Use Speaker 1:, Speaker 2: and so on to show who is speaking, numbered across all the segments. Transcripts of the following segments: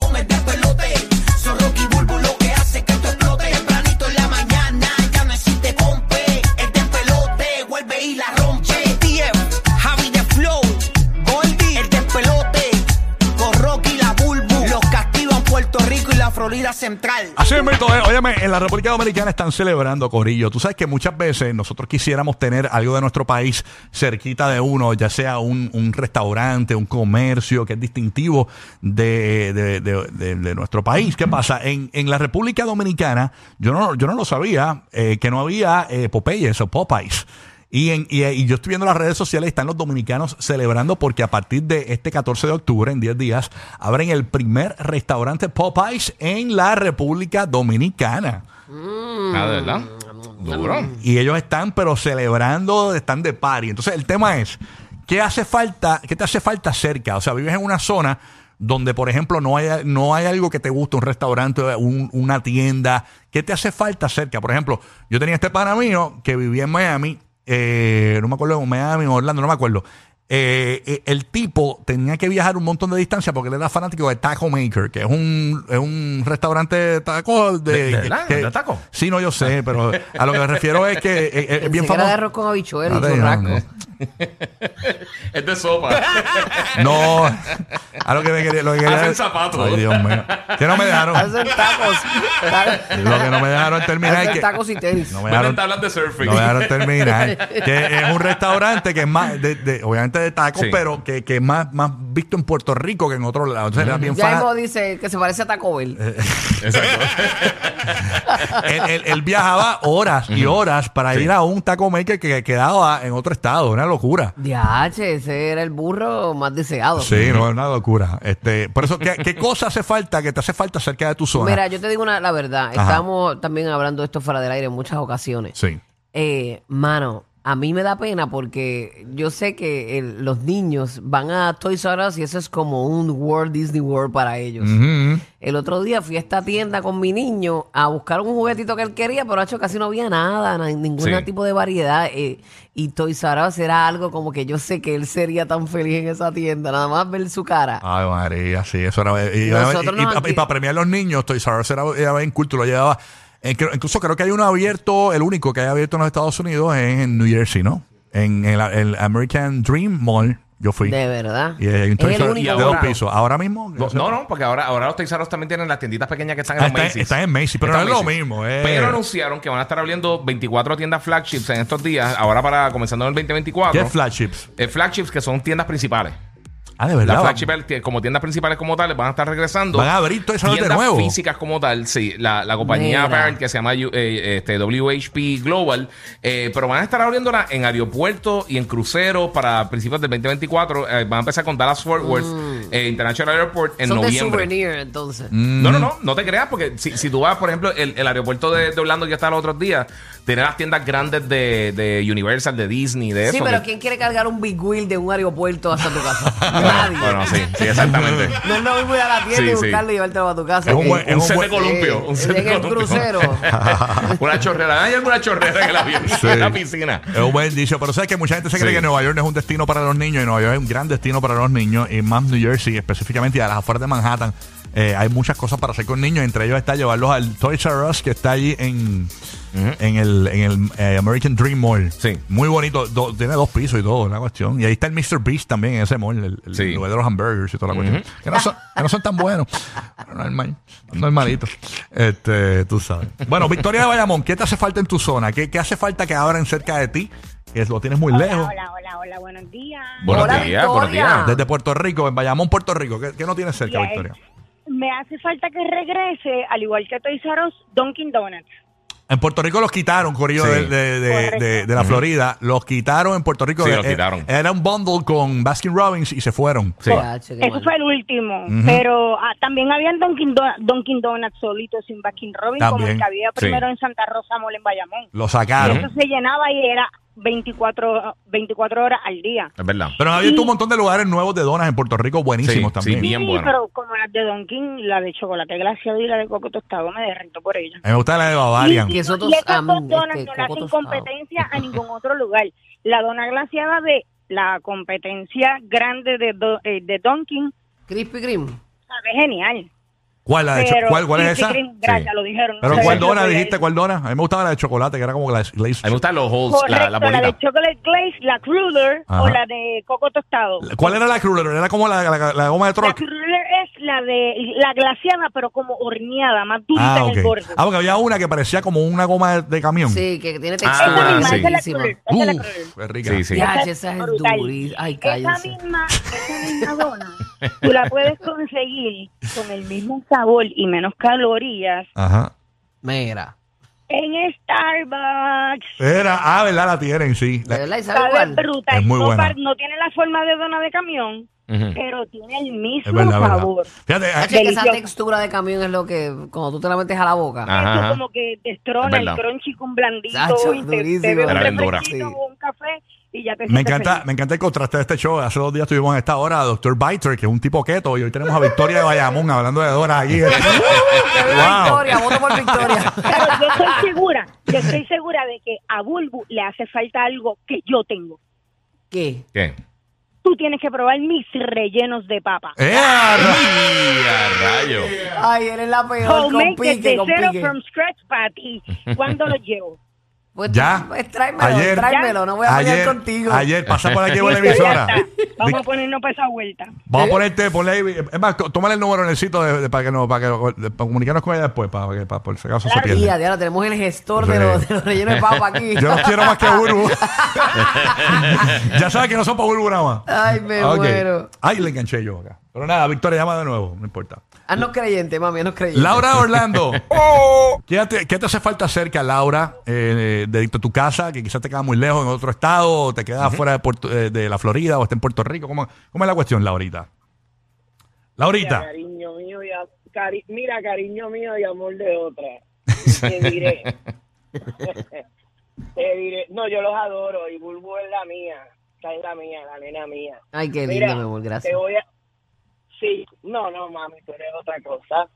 Speaker 1: Come despelote, son Rocky Bulbo lo que hace que esto explote. Tempranito en la mañana, ya no existe compe. El despelote vuelve y la rompe. JTF, Javi de Flow, Goldie, el despelote. Con Rocky y la Bulbo, los castigan Puerto Rico y la Florida Central.
Speaker 2: Así es, Mito, eh. Óyeme, en la República Dominicana están celebrando, Corillo. Tú sabes que muchas veces nosotros quisiéramos tener algo de nuestro país cerquita de uno, ya sea un, un restaurante, un comercio que es distintivo de, de- de- de- de nuestro país. ¿Qué pasa? En, en la República Dominicana, yo no, yo no lo sabía, eh, que no había eh, Popeyes o Popeyes. Y, en- y- y yo estoy viendo las redes sociales, están los dominicanos celebrando porque a partir de este 14 de octubre, en 10 días, abren el primer restaurante Popeyes en la República Dominicana.
Speaker 3: Ah,
Speaker 2: Mm.
Speaker 3: ¿de verdad? Duro.
Speaker 2: Y ellos están, pero celebrando, están de party. Entonces, el tema es, ¿qué hace falta, qué te hace falta cerca? O sea, vives en una zona donde, por ejemplo, no hay, no hay algo que te guste, un restaurante, un- una tienda. ¿Qué te hace falta cerca? Por ejemplo, yo tenía este pana mío que vivía en Miami, eh, no me acuerdo, en Miami o Orlando, no me acuerdo. Eh, eh, el tipo tenía que viajar un montón de distancia porque él era fanático de Taco Maker, que es un, es un restaurante de tacos. De,
Speaker 3: ¿De- de
Speaker 2: que-
Speaker 3: verdad?
Speaker 2: que-
Speaker 3: ¿De tacos?
Speaker 2: Sí, no, yo sé, pero a lo que me refiero es que eh, eh, es bien
Speaker 4: Pensé que era de
Speaker 2: famoso.
Speaker 4: arroz con habichuelas
Speaker 2: Ah,
Speaker 4: y churrasco.
Speaker 2: no,
Speaker 3: Es de sopa.
Speaker 2: No, a lo que me quería. Lo que quería
Speaker 3: Hacen zapatos.
Speaker 2: Ay, Dios mío. Que no me dejaron.
Speaker 4: Hacen tacos.
Speaker 2: Lo que no me dejaron terminar es
Speaker 4: Hacen
Speaker 2: que.
Speaker 4: tacos y tenis.
Speaker 2: No me
Speaker 3: Venden
Speaker 2: dejaron,
Speaker 3: tablas de surfing.
Speaker 2: no me dejaron terminar. Que es un restaurante que es más, de, de- obviamente de tacos,
Speaker 3: Sí.
Speaker 2: pero que, que es más, más visto en Puerto Rico que en otros lados. Entonces era bien Eh.
Speaker 4: ya
Speaker 2: fan.
Speaker 4: Emo dice que se parece a Taco Bell.
Speaker 2: él, él- él viajaba horas y horas para ir a un taco maker que quedaba en otro estado. Una locura.
Speaker 4: Diache, ese era el burro más deseado.
Speaker 2: Sí, no, es una locura. Este, por eso, ¿qué, qué cosa hace falta que te hace falta cerca de tu zona?
Speaker 4: Mira, yo te digo una, la verdad.
Speaker 2: Ajá.
Speaker 4: Estamos también hablando de esto fuera del aire en muchas ocasiones.
Speaker 2: sí.
Speaker 4: Eh, mano, a mí me da pena porque yo sé que el- los niños van a Toys R Us y eso es como un World Disney World para ellos. El otro día fui a esta tienda con mi niño a buscar un juguetito que él quería, pero hecho casi no había nada, na- ningún
Speaker 3: Sí.
Speaker 4: tipo de variedad. eh, y Toys R Us era algo como que yo sé que él sería tan feliz en esa tienda, nada más ver su cara.
Speaker 2: Ay, María, sí, eso era. Y,
Speaker 4: Nosotros nos aquí-
Speaker 2: para premiar a los niños, Toys R Us era, era bien culto, lo llevaba. eh, creo- incluso creo que hay uno abierto, el único que hay abierto en los Estados Unidos es en New Jersey, ¿no? En el, el American Dream Mall, yo fui.
Speaker 4: De verdad.
Speaker 2: y hay un
Speaker 4: es
Speaker 2: Toys
Speaker 4: el
Speaker 2: R Us
Speaker 4: único
Speaker 2: de dos
Speaker 4: burro.
Speaker 2: pisos. Ahora mismo.
Speaker 3: No, no, no, porque ahora, ahora los texanos también tienen las tienditas pequeñas que están en
Speaker 2: Ah,
Speaker 3: los
Speaker 2: está-
Speaker 3: Macy's.
Speaker 2: está en Macy's, pero
Speaker 3: Está
Speaker 2: no
Speaker 3: en
Speaker 2: es lo
Speaker 3: Macy's.
Speaker 2: mismo, eh.
Speaker 3: Pero anunciaron que van a estar abriendo 24 tiendas flagships en estos días, ahora para comenzando en el 2024.
Speaker 2: ¿Qué flagships?
Speaker 3: Eh, flagships que son tiendas principales.
Speaker 2: Ah, de
Speaker 3: Las
Speaker 2: verdad.
Speaker 3: flagships tie- como tiendas principales como tal van a estar regresando.
Speaker 2: Van a abrir Toys R Us de
Speaker 3: Tiendas
Speaker 2: nuevo.
Speaker 3: físicas como tal, sí. La, la compañía
Speaker 4: Mira.
Speaker 3: parent que se llama eh, este, WHP Global. eh, pero van a estar abriéndola en aeropuertos y en cruceros para principios del 2024. Eh, van a empezar con Dallas Fort Worth eh, International Airport en
Speaker 4: Mm. Son de
Speaker 3: noviembre.
Speaker 4: souvenir, entonces.
Speaker 3: No, no, no,
Speaker 2: Mm.
Speaker 3: no te creas, porque si, si tú vas, por ejemplo, el, el aeropuerto de, de Orlando que está los otros días, tiene las tiendas grandes de, de Universal, de Disney, de eso.
Speaker 4: sí, pero
Speaker 3: que-
Speaker 4: ¿quién quiere cargar un Big Wheel de un aeropuerto hasta tu casa? Nadie.
Speaker 3: Bueno, sí, sí, exactamente.
Speaker 4: No es lo mismo ir a la tienda
Speaker 3: Sí,
Speaker 4: y
Speaker 3: sí.
Speaker 4: buscarlo y llevártelo a tu casa.
Speaker 2: Es un
Speaker 4: que-
Speaker 2: buen- es
Speaker 3: un
Speaker 2: un
Speaker 3: set de
Speaker 2: buen-
Speaker 3: columpio.
Speaker 4: Eh,
Speaker 3: un set de
Speaker 4: en el
Speaker 3: columpio.
Speaker 4: crucero.
Speaker 3: una chorrera. Hay alguna chorrera en el avión,
Speaker 2: Sí.
Speaker 3: en la piscina.
Speaker 2: Es un buen dicho, pero sabes que mucha gente se cree
Speaker 3: Sí.
Speaker 2: que Nueva York no es un destino para los niños y Nueva York es un gran destino para los niños y más New Jersey específicamente y a las afueras de Manhattan eh, hay muchas cosas para hacer con niños, entre ellos está llevarlos al Toys R Us que está allí en, en el, en el, eh, American Dream Mall.
Speaker 3: Sí.
Speaker 2: Muy bonito, do- tiene dos pisos y todo, la cuestión. Y ahí está el Mr. Beast también en ese mall, el, el
Speaker 3: Sí.
Speaker 2: lugar de los hamburgers y toda la cuestión. que, no son, que no son tan buenos, pero normal, normalitos. Este, tú sabes. Bueno, Victoria de Bayamón, ¿qué te hace falta en tu zona? ¿Qué, qué hace falta que abran cerca de ti? Que lo tienes muy lejos.
Speaker 5: Hola, hola, hola, buenos días.
Speaker 3: Buenos
Speaker 4: Hola,
Speaker 3: días, buenos
Speaker 4: Victoria.
Speaker 3: días.
Speaker 2: Desde Puerto Rico, en Bayamón, Puerto Rico. ¿Qué, qué no tienes cerca,
Speaker 5: Yes.
Speaker 2: Victoria?
Speaker 5: Me hace falta que regrese, al igual que Toys R Us, Dunkin' Donuts.
Speaker 2: En Puerto Rico los quitaron, Corillo,
Speaker 3: Sí.
Speaker 2: de, de- de- de- de la Florida. Los quitaron en Puerto Rico.
Speaker 3: Sí, los
Speaker 2: Eh,
Speaker 3: quitaron.
Speaker 2: Era un bundle con Baskin Robbins y se fueron.
Speaker 3: Sí.
Speaker 4: Chacho, qué
Speaker 5: Eso
Speaker 4: mal.
Speaker 5: fue el último. Pero ah, también habían Dunkin', Do- Dunkin' Donuts solitos sin Baskin Robin, como
Speaker 2: También.
Speaker 5: el que había
Speaker 3: Sí.
Speaker 5: primero en Santa Rosa Mall en Bayamón.
Speaker 2: Lo sacaron.
Speaker 5: Eso se llenaba y era 24, 24 horas al día.
Speaker 3: Es verdad.
Speaker 2: Pero ha abierto un montón de lugares nuevos de donas en Puerto Rico buenísimos
Speaker 3: Sí,
Speaker 2: también.
Speaker 3: sí, bien.
Speaker 5: sí,
Speaker 3: bueno.
Speaker 5: pero como las de Dunkin', la de chocolate glaciado y la de coco tostado me derrito por ella.
Speaker 2: A mí me gusta la de Bavarian.
Speaker 4: Y eso
Speaker 5: Y
Speaker 4: tos-
Speaker 5: esas
Speaker 4: a mí,
Speaker 5: dos donas
Speaker 4: este,
Speaker 5: no le
Speaker 4: coco
Speaker 5: hacen
Speaker 4: tostado.
Speaker 5: competencia a ningún otro lugar. La dona glaciada de la competencia grande de, do, eh, de Dunkin'
Speaker 4: Crispy Cream.
Speaker 3: Mm.
Speaker 5: sabe genial.
Speaker 2: ¿Cuál, la de cho-
Speaker 5: Pero
Speaker 2: ¿cuál, cuál es
Speaker 5: Krispy
Speaker 2: esa?
Speaker 5: Kreme, gracias,
Speaker 3: Sí.
Speaker 5: lo dijeron. no
Speaker 2: Pero
Speaker 5: sé
Speaker 2: ¿cuál
Speaker 5: si lo
Speaker 2: dona
Speaker 5: voy a
Speaker 2: dijiste?
Speaker 5: decir.
Speaker 2: ¿Cuál dona? A mí me gustaba la de chocolate, que era como la
Speaker 3: A mí me gustan los holes,
Speaker 5: Correcto,
Speaker 3: la, la bolita.
Speaker 5: de chocolate glaze, la cruller
Speaker 2: Ajá.
Speaker 5: o la de coco tostado.
Speaker 2: ¿Cuál era la cruller? Era como la, la- la goma de
Speaker 5: La
Speaker 2: troc.
Speaker 5: cruller es la de la glaciada, pero como horneada, más durita
Speaker 2: Ah,
Speaker 5: en
Speaker 2: ok.
Speaker 5: el borde.
Speaker 2: Ah, porque había una que parecía como una goma de, de camión.
Speaker 4: Sí, que tiene
Speaker 3: Ah,
Speaker 5: esa
Speaker 4: textura.
Speaker 5: misma,
Speaker 3: sí.
Speaker 5: esa es la
Speaker 4: riquísima.
Speaker 5: cruller. Esa es la cruller.
Speaker 2: Uf, es rica.
Speaker 3: Sí, sí.
Speaker 4: Ya. Ay,
Speaker 5: Esa
Speaker 4: esa es
Speaker 5: brutal.
Speaker 4: duris- ay,
Speaker 5: esa
Speaker 4: cállense.
Speaker 5: misma, esa misma dona, tú la puedes conseguir con el mismo sabor y menos calorías
Speaker 2: Ajá.
Speaker 4: Mira.
Speaker 5: en Starbucks.
Speaker 2: Era, ah, ¿verdad? La tienen, sí.
Speaker 4: De
Speaker 2: La-
Speaker 4: verdad, y sabe
Speaker 5: Sabe
Speaker 4: igual.
Speaker 5: brutal.
Speaker 2: Es muy
Speaker 5: no,
Speaker 2: buena.
Speaker 5: par- no tiene la forma de dona de camión,
Speaker 3: Ujú.
Speaker 5: pero tiene el
Speaker 2: es
Speaker 5: mismo
Speaker 2: verdad, verdad.
Speaker 5: sabor.
Speaker 2: Fíjate, eh,
Speaker 3: Ah,
Speaker 4: Chacho, es que esa
Speaker 5: Delicioso.
Speaker 4: textura de camión es lo que cuando tú te la metes a la boca.
Speaker 3: Ajá,
Speaker 5: Eso
Speaker 3: ajá.
Speaker 5: como que
Speaker 3: Es
Speaker 5: destrona
Speaker 3: verdad.
Speaker 5: el crunchy con blandito
Speaker 4: Chacho,
Speaker 5: y te,
Speaker 4: durísimo.
Speaker 5: te bebes un
Speaker 3: Era bien dura.
Speaker 5: refresquito
Speaker 4: Sí.
Speaker 5: o un café y ya te
Speaker 2: me
Speaker 5: sientes
Speaker 2: encanta,
Speaker 5: feliz.
Speaker 2: me encanta el contraste de este show. Hace dos días estuvimos en esta hora a Dr. Biter, que es un tipo keto, y hoy tenemos a Victoria de Bayamón hablando de Dora Eh, aquí.
Speaker 4: Bebe
Speaker 2: wow.
Speaker 4: Victoria, voto por Victoria.
Speaker 5: Pero yo estoy segura, yo estoy segura de que a Bulbu le hace falta algo que yo tengo.
Speaker 4: ¿Qué?
Speaker 3: ¿Qué?
Speaker 5: Tú tienes que probar mis rellenos de papa.
Speaker 2: ¡Eh, ra-
Speaker 3: ¡Y a rayo!
Speaker 4: Ay, eres la
Speaker 2: Eh,
Speaker 4: peor con
Speaker 5: Homemade
Speaker 4: pique,
Speaker 5: desde
Speaker 4: con
Speaker 5: cero
Speaker 4: pique.
Speaker 5: from scratch, Patty. ¿Cuándo lo llevo?
Speaker 4: Pues,
Speaker 2: Ya.
Speaker 4: Pues tráemelo,
Speaker 2: Ayer.
Speaker 4: tráemelo, no voy a pelear contigo.
Speaker 2: Ayer, pasá por aquí por la
Speaker 5: Pues ya
Speaker 2: emisora.
Speaker 5: está.
Speaker 2: Vic-
Speaker 5: Vamos ¿Eh? a ponernos para esa vuelta.
Speaker 2: Vamos a ponerte, ponle ahí. Es más, co- tómale el número en el sitio de- de- para que no, para que de- para comunicarnos con ella después, para que para, por si acaso se
Speaker 5: Claro.
Speaker 2: pierde.
Speaker 4: Tía, ahora tenemos el gestor de los, de los rellenos de papa aquí.
Speaker 2: Yo los quiero más que a Burbu. ya sabes que no son para Burbu nada más.
Speaker 4: Ay, me
Speaker 2: Ok.
Speaker 4: muero.
Speaker 2: Ay, le enganché yo acá. Pero nada, Victoria, llama de nuevo, no importa.
Speaker 4: Haznos creyente, mami, haznos creyente.
Speaker 2: Laura Orlando. ¿Qué te, qué te hace falta cerca, Laura, eh, de, de tu casa, que quizás te queda muy lejos en otro estado, o te queda fuera de, Puerto- eh, de la Florida o está en Puerto Rico? ¿Cómo, cómo es la cuestión, Laurita? Laurita.
Speaker 6: Cariño mío, y a- cari- mira, cariño mío y amor de otra. Te diré. Te diré. No, yo los adoro y Bulbo es la mía. Esta es la mía, la nena mía.
Speaker 4: Ay, qué lindo,
Speaker 6: Mira,
Speaker 4: mi amor,
Speaker 6: te
Speaker 4: gracias.
Speaker 6: voy a... Sí, no, no, mami, tú eres otra cosa.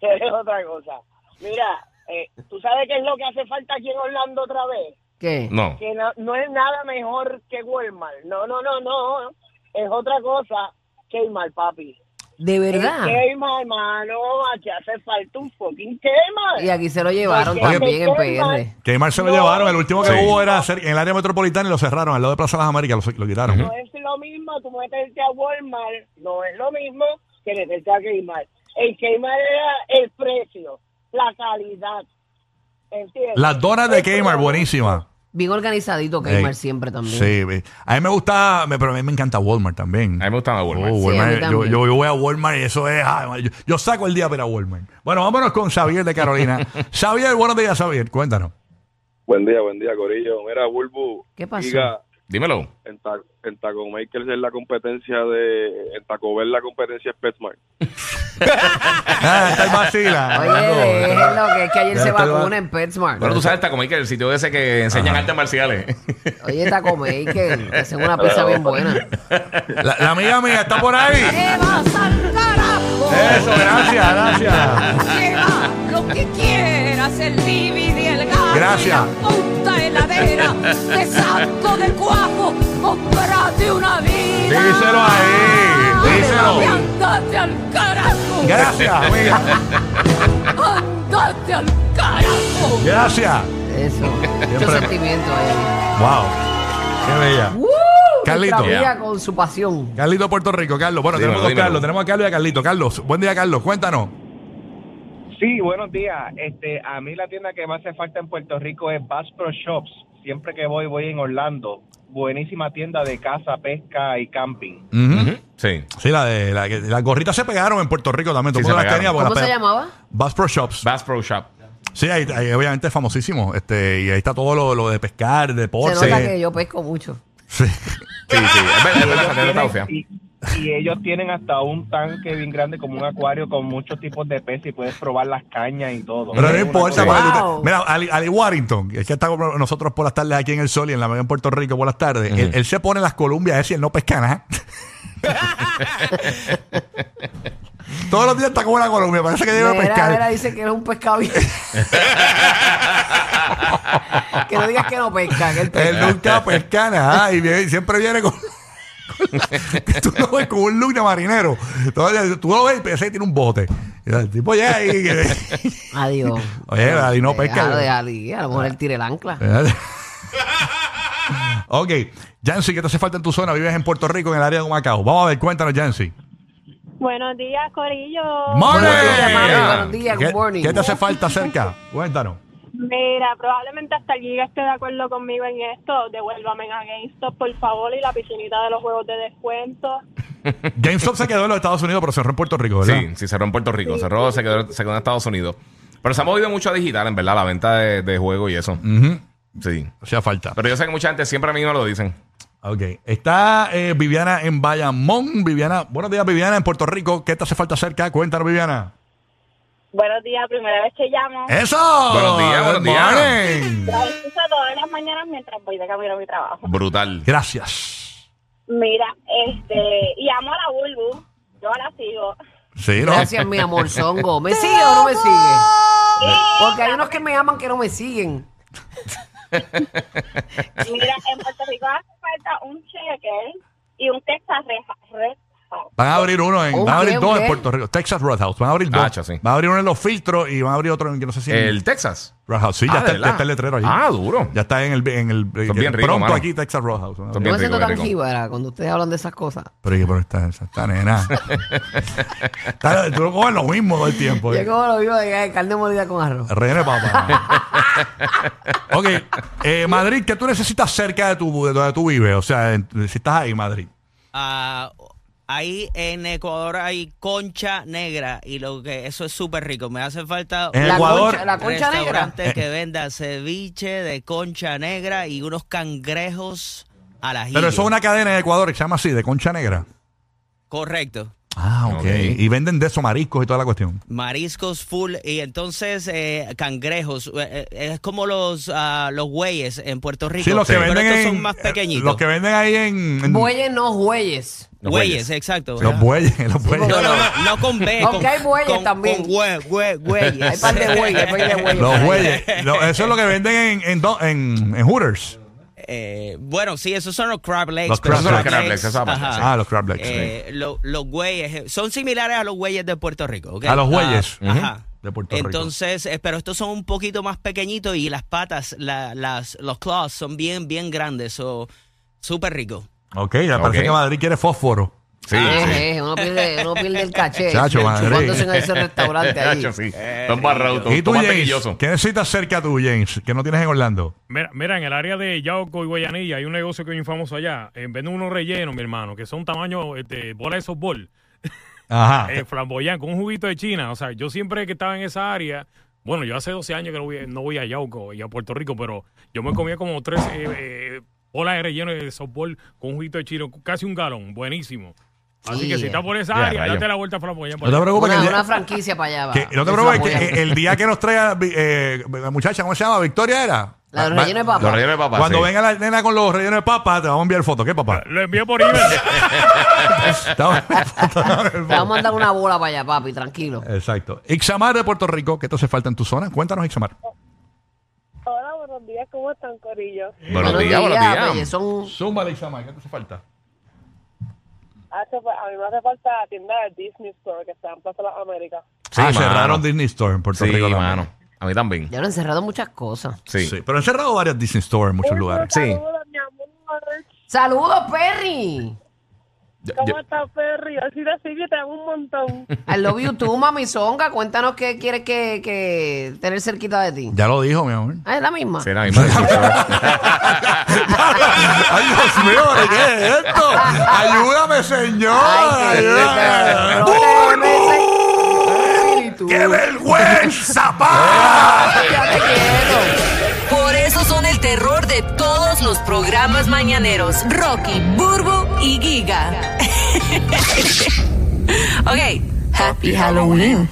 Speaker 6: Tú eres otra cosa. Mira, eh, ¿tú sabes qué es lo que hace falta aquí en Orlando otra vez?
Speaker 4: ¿Qué?
Speaker 3: No.
Speaker 6: que no, no es nada mejor que Walmart. No, no, no, no. Es otra cosa que Walmart, papi.
Speaker 4: ¿De verdad?
Speaker 6: Quema, hermano. Aquí hace falta un fucking quema.
Speaker 4: Y aquí se lo llevaron
Speaker 6: Porque
Speaker 4: también en
Speaker 6: Walmart-
Speaker 4: PR.
Speaker 2: Que mal se lo
Speaker 6: No.
Speaker 2: llevaron. El último que
Speaker 3: Sí.
Speaker 2: hubo era cer- en el área metropolitana y lo cerraron. Al lado de Plaza de las Américas lo, lo quitaron.
Speaker 6: No es lo mismo tú meterte a Walmart. No es lo mismo que meterte a Kmart. El Kmart era el precio, la calidad. ¿Entiendes?
Speaker 2: Las donas de
Speaker 6: El
Speaker 2: Kmart,
Speaker 6: producto.
Speaker 2: buenísimas.
Speaker 4: Bien organizadito,
Speaker 2: Ey.
Speaker 4: Kmar siempre también.
Speaker 2: Sí, ve. a mí me gusta, me- pero a mí me encanta Walmart también.
Speaker 3: A mí me gusta más Walmart.
Speaker 2: Oh,
Speaker 4: Sí,
Speaker 2: Walmart.
Speaker 4: a mí
Speaker 2: yo,
Speaker 4: también.
Speaker 2: yo- yo voy a Walmart y eso es. ah, yo, yo saco el día para Walmart. Bueno, vámonos con Xavier de Carolina. Xavier, buenos días, Xavier. Cuéntanos.
Speaker 7: Buen día, buen día, Corillo. Mira, Bulbu.
Speaker 4: ¿Qué pasó?
Speaker 7: Giga,
Speaker 3: Dímelo.
Speaker 7: en, Ta- en Taco Makers es la competencia de. En Taco Bell la competencia es Petsmart.
Speaker 2: Ah, está el vacila. Hablando.
Speaker 4: Oye, déjenlo, que es que ayer
Speaker 2: Ya
Speaker 4: se
Speaker 2: estoy va-
Speaker 4: vacuna en PetSmart.
Speaker 3: Bueno, tú sabes, Taco Maker, el sitio ese que enseñan artes marciales.
Speaker 4: Oye, Taco Maker, que hacen una pizza bien buena.
Speaker 2: La, la amiga mía está por ahí.
Speaker 8: ¡Te vas al carajo!
Speaker 2: Eso, gracias, gracias.
Speaker 8: ¡Te va lo que quieras! El DVD, el gato
Speaker 2: Gracias.
Speaker 8: y la puta heladera Te saco del cuajo ¡Comprate una vida!
Speaker 2: Díselo ahí, díselo.
Speaker 8: Y ¡Andate al carajo!
Speaker 2: Gracias, amiga.
Speaker 8: ¡Andate al carajo!
Speaker 2: Gracias.
Speaker 4: Eso. Mucho
Speaker 2: Siempre-
Speaker 4: sentimiento ahí.
Speaker 2: Wow. Qué bella.
Speaker 4: ¡Uh!
Speaker 2: Carlito.
Speaker 4: Nuestra amiga
Speaker 3: Yeah.
Speaker 4: con su pasión.
Speaker 2: Carlito Puerto Rico, Carlos. Bueno,
Speaker 3: Dímelo,
Speaker 2: tenemos dos
Speaker 3: dímelo.
Speaker 2: Carlos. Tenemos a Carlos y a Carlito. Carlos, buen día, Carlos. Cuéntanos.
Speaker 9: Sí, buenos días. Este, a mí la tienda que me hace falta en Puerto Rico es Bass Pro Shops. Siempre que voy, voy en Orlando. Buenísima tienda de casa, pesca y camping.
Speaker 3: Ujú. Sí.
Speaker 2: Sí, la de la que- las gorritas se pegaron en Puerto Rico también. Todo
Speaker 3: Sí,
Speaker 2: el mundo las
Speaker 3: se pegaron.
Speaker 2: tenía porque
Speaker 4: ¿Cómo
Speaker 2: las
Speaker 4: se
Speaker 2: pe-
Speaker 4: llamaba?
Speaker 2: Bass Pro Shops.
Speaker 3: Bass Pro Shop.
Speaker 2: Sí, ahí, ahí obviamente es famosísimo. Este, y ahí está todo lo, lo de pescar,
Speaker 4: Se
Speaker 2: deporte.
Speaker 4: nota que yo pesco mucho.
Speaker 2: Sí.
Speaker 3: Sí, sí. Es verdad, es verdad, la
Speaker 9: Tienen-
Speaker 3: tarjeta está fea.
Speaker 9: y, y ellos tienen hasta un tanque bien grande, como un acuario con muchos tipos de peces y puedes probar las cañas y todo.
Speaker 2: Pero no
Speaker 9: Una cosa-
Speaker 2: importa.
Speaker 4: Wow.
Speaker 2: porque tú te- Mira, Ali, Ali Warrington, es que está con nosotros por las tardes aquí en el sol y en la en Puerto Rico por las tardes. él, él se pone las columbias es y él no pesca nada. Todos los días está con una columbia, parece que llega a
Speaker 4: Mira, mira,
Speaker 2: pescar.
Speaker 4: dice que eres un pescado bien. que no digas que no pesca, que él pesca.
Speaker 2: Él nunca pesca nada y viene- siempre viene con. con la- tú lo ves con un look de marinero. Entonces, tú lo ves y pensé que tiene un bote. Y el tipo llega ahí.
Speaker 4: Adiós. Eh,
Speaker 2: Oye, Ali Eh, no pesca. Eh,
Speaker 4: Deja de Ali, a lo mejor él tira el ancla.
Speaker 2: ok, Jancy, ¿qué te hace falta en tu zona? Vives en Puerto Rico, en el área de Macao. Vamos a ver, cuéntanos, Jancy.
Speaker 5: Buenos días, Corillo.
Speaker 2: ¡Morning!
Speaker 4: Buenos días, mami.
Speaker 3: Yeah.
Speaker 4: Buenos días,
Speaker 2: ¿Qué,
Speaker 4: good morning.
Speaker 2: qué te hace falta cerca? Cuéntanos.
Speaker 5: Mira, probablemente hasta el Giga esté de acuerdo conmigo en esto. Devuélvame a GameStop, por favor, y la piscinita de los juegos de descuento.
Speaker 2: GameStop se quedó en los Estados Unidos, pero cerró en Puerto Rico, ¿verdad?
Speaker 3: Sí, sí, cerró en Puerto Rico. Cerró, se quedó, se quedó en Estados Unidos. Pero se ha movido mucho a digital, en verdad, la venta de, de juegos y eso.
Speaker 2: Ujú,
Speaker 3: Sí.
Speaker 2: Hacía falta.
Speaker 3: Ah, Pero yo sé que mucha gente siempre a mí no lo dicen.
Speaker 2: Ok. Está eh, Viviana en Bayamón. Viviana, buenos días, Viviana, en Puerto Rico. ¿Qué te hace falta cerca? Cuéntanos, Viviana.
Speaker 5: Buenos días, primera vez que llamo.
Speaker 2: ¡Eso!
Speaker 3: Buenos días, buenos días.
Speaker 2: Morning.
Speaker 5: La escucho todas las mañanas mientras voy de camino a mi trabajo.
Speaker 3: Brutal.
Speaker 2: Gracias.
Speaker 5: Mira, este, y amo a la Bulbu. Yo la sigo.
Speaker 2: Sí, ¿no?
Speaker 4: Gracias, mi amor, Songo. ¿Me sigue o no me sigue? Porque hay unos que me aman que no me siguen.
Speaker 5: Mira, en Puerto Rico hace falta un cheque y un Texas Red House.
Speaker 2: Van a abrir uno en,
Speaker 4: Ok,
Speaker 2: van a abrir dos
Speaker 4: ok.
Speaker 2: en Puerto Rico. Texas Roadhouse. Van a abrir dos.
Speaker 3: Ah, chacho, sí.
Speaker 2: Van a abrir uno en los filtros y van a abrir otro en que no sé si. en-
Speaker 3: El Texas.
Speaker 2: Roadhouse. Sí, ya,
Speaker 3: Ah,
Speaker 2: está,
Speaker 3: ¿de
Speaker 2: ya está el
Speaker 3: verdad?
Speaker 2: letrero allí.
Speaker 3: Ah, duro.
Speaker 2: Ya está en el. En el en-
Speaker 3: bien ricos,
Speaker 2: pronto
Speaker 3: mano.
Speaker 2: aquí, Texas Roadhouse. ¿no?
Speaker 3: Son
Speaker 4: No
Speaker 3: Bien
Speaker 4: me siento
Speaker 3: rico, bien
Speaker 4: tan
Speaker 3: rico.
Speaker 4: jíbara cuando ustedes hablan de esas cosas.
Speaker 2: Pero que por esta, esta, esta nena. Está- tú lo comes lo mismo todo el tiempo.
Speaker 4: Yo
Speaker 2: ¿eh?
Speaker 4: como lo vivo de de carne molida con arroz.
Speaker 2: Relleno de papa. ok. eh, Madrid, ¿qué tú necesitas cerca de, tu, de donde tú vives? O sea, en- si estás ahí, Madrid.
Speaker 1: Ah, ahí en Ecuador hay concha negra y lo que eso es súper rico. Me hace falta
Speaker 2: En
Speaker 4: la
Speaker 2: Ecuador.
Speaker 4: concha, la concha negra.
Speaker 1: restaurante que venda ceviche de concha negra y unos cangrejos a la
Speaker 2: Pero eso es una cadena en Ecuador que se llama así, de concha negra.
Speaker 1: Correcto.
Speaker 2: Ah, ok.
Speaker 3: Ok.
Speaker 2: Y venden de esos mariscos y toda la cuestión.
Speaker 1: Mariscos full y entonces eh, cangrejos. eh, eh, es como los ah, los güeyes en Puerto Rico.
Speaker 2: Sí, los que
Speaker 1: pero
Speaker 2: venden
Speaker 1: estos
Speaker 2: en, eh,
Speaker 1: son más pequeñitos.
Speaker 2: Los que venden ahí en. en-
Speaker 4: Bueyes no jueyes.
Speaker 3: Los
Speaker 1: Güeyes,
Speaker 3: güeyes.
Speaker 1: exacto.
Speaker 2: los bueyes, los bueyes.
Speaker 1: No, no, no, no con B.
Speaker 4: Aunque
Speaker 1: con,
Speaker 4: hay bueyes
Speaker 1: con-
Speaker 4: también.
Speaker 1: Con güey, güey, güeyes.
Speaker 4: Hay par de bueyes, par de bueyes.
Speaker 2: Los bueyes. Lo- eso es lo que venden en, en, do- en, en Hooters.
Speaker 1: Eh, bueno, sí, esos son los crab legs.
Speaker 2: Los
Speaker 1: pero
Speaker 2: crab
Speaker 1: esos
Speaker 2: legs.
Speaker 3: Crab legs, esa parte, sí.
Speaker 2: Ah, los crab legs,
Speaker 1: Eh, lo- los güeyes. eh, Son similares a los güeyes de Puerto Rico. ¿ok?
Speaker 2: A los güeyes.
Speaker 1: Ah, Ajá.
Speaker 2: De Puerto Rico.
Speaker 1: Entonces, eh, pero estos son un poquito más pequeñitos y las patas, la- las, los claws son bien, bien grandes. So, súper rico.
Speaker 2: Ok, ya parece
Speaker 3: Ok.
Speaker 2: que Madrid quiere fósforo.
Speaker 3: Sí,
Speaker 4: Ah,
Speaker 3: sí.
Speaker 4: eh, uno, pierde, uno pierde el caché.
Speaker 2: Chacho, madre.
Speaker 4: chupándose en ese restaurante allí.
Speaker 3: Cacho, sí.
Speaker 4: Eh,
Speaker 3: Son barrados,
Speaker 2: ¿Y tú,
Speaker 3: son
Speaker 2: James?
Speaker 3: mantequillosos.
Speaker 2: ¿Qué necesitas cerca tú, James? Que no tienes en Orlando.
Speaker 10: Mira, mira, en el área de Yauco y Guayanilla hay un negocio que es bien famoso allá. Eh, venden unos rellenos, mi hermano, que son tamaño este, bola de softball,
Speaker 2: Ajá.
Speaker 10: eh, flamboyán, con un juguito de China. O sea, yo siempre que estaba en esa área, bueno, yo hace 12 años que no voy, no voy a Yauco y a Puerto Rico, pero yo me comía como tres eh, eh, bolas de relleno de softball con un juguito de chino, casi un galón, buenísimo. Así que
Speaker 4: Yeah.
Speaker 10: si estás por esa
Speaker 3: Yeah,
Speaker 10: área,
Speaker 3: rayo.
Speaker 10: date la vuelta a flamboyán. por
Speaker 2: No te
Speaker 10: allá.
Speaker 2: preocupes que,
Speaker 4: Una,
Speaker 2: el
Speaker 4: una
Speaker 2: día,
Speaker 4: franquicia para allá. va.
Speaker 2: que- no te
Speaker 4: Esa
Speaker 2: preocupes que eh,
Speaker 4: boya.
Speaker 2: el- el día que nos traiga eh, la muchacha, ¿cómo se llama? ¿Victoria era?
Speaker 4: La de los
Speaker 2: Va-
Speaker 4: rellenos de papa.
Speaker 3: Los rellenos de papa,
Speaker 2: Cuando
Speaker 3: sí.
Speaker 2: venga la nena con los rellenos de papa, te vamos a enviar foto. ¿Qué, papá?
Speaker 10: Ah, Lo envío por email.
Speaker 2: Estamos-
Speaker 4: Te vamos a mandar una bola para allá, papi, tranquilo.
Speaker 2: Eh, Exacto. Ixamar de Puerto Rico, ¿qué te hace falta en tu zona? Cuéntanos, Ixamar.
Speaker 5: Hola, buenos días, ¿cómo están, Corillo?
Speaker 3: Buenos días, buenos
Speaker 4: Reyes,
Speaker 3: días.
Speaker 4: son-
Speaker 2: Súmale, Ixamar, ¿qué te hace falta?
Speaker 5: Hace fa- Ah, a mí me hace falta la tienda de Disney Store que está en Plaza de las Américas.
Speaker 3: Sí,
Speaker 2: ah,
Speaker 3: mano.
Speaker 2: cerraron Disney Store en Puerto
Speaker 3: Sí,
Speaker 2: Rico. también.
Speaker 3: mano. A mí también.
Speaker 4: Ya han encerrado muchas cosas.
Speaker 3: Sí.
Speaker 2: Sí, Pero han cerrado varias Disney Store en muchos
Speaker 5: Un
Speaker 2: lugares.
Speaker 5: saludo, mi amor.
Speaker 4: ¡Saludos, Perry!
Speaker 3: Yo- yo-
Speaker 5: ¿Cómo estás, Ferry? Así te sigo y te amo un montón.
Speaker 4: I love you too, mami Songa. Cuéntanos qué quieres que, que tener cerquita de ti.
Speaker 2: Ya lo dijo, mi amor.
Speaker 4: Ah, es la misma.
Speaker 3: Sí, la misma.
Speaker 2: ¡Ay, Dios mío! ¿de ¿Qué es esto? ¡Ayúdame, señor!
Speaker 4: Ay, qué
Speaker 2: ¡Ayúdame!
Speaker 4: lindo. Protégeme, Señor.
Speaker 11: tú.
Speaker 2: ¡Qué vergüenza, pa!
Speaker 4: Ya te quiero. Por eso son el terror de todos los programas mañaneros. Rocky, Burbo y Giga. ok. Happy Halloween.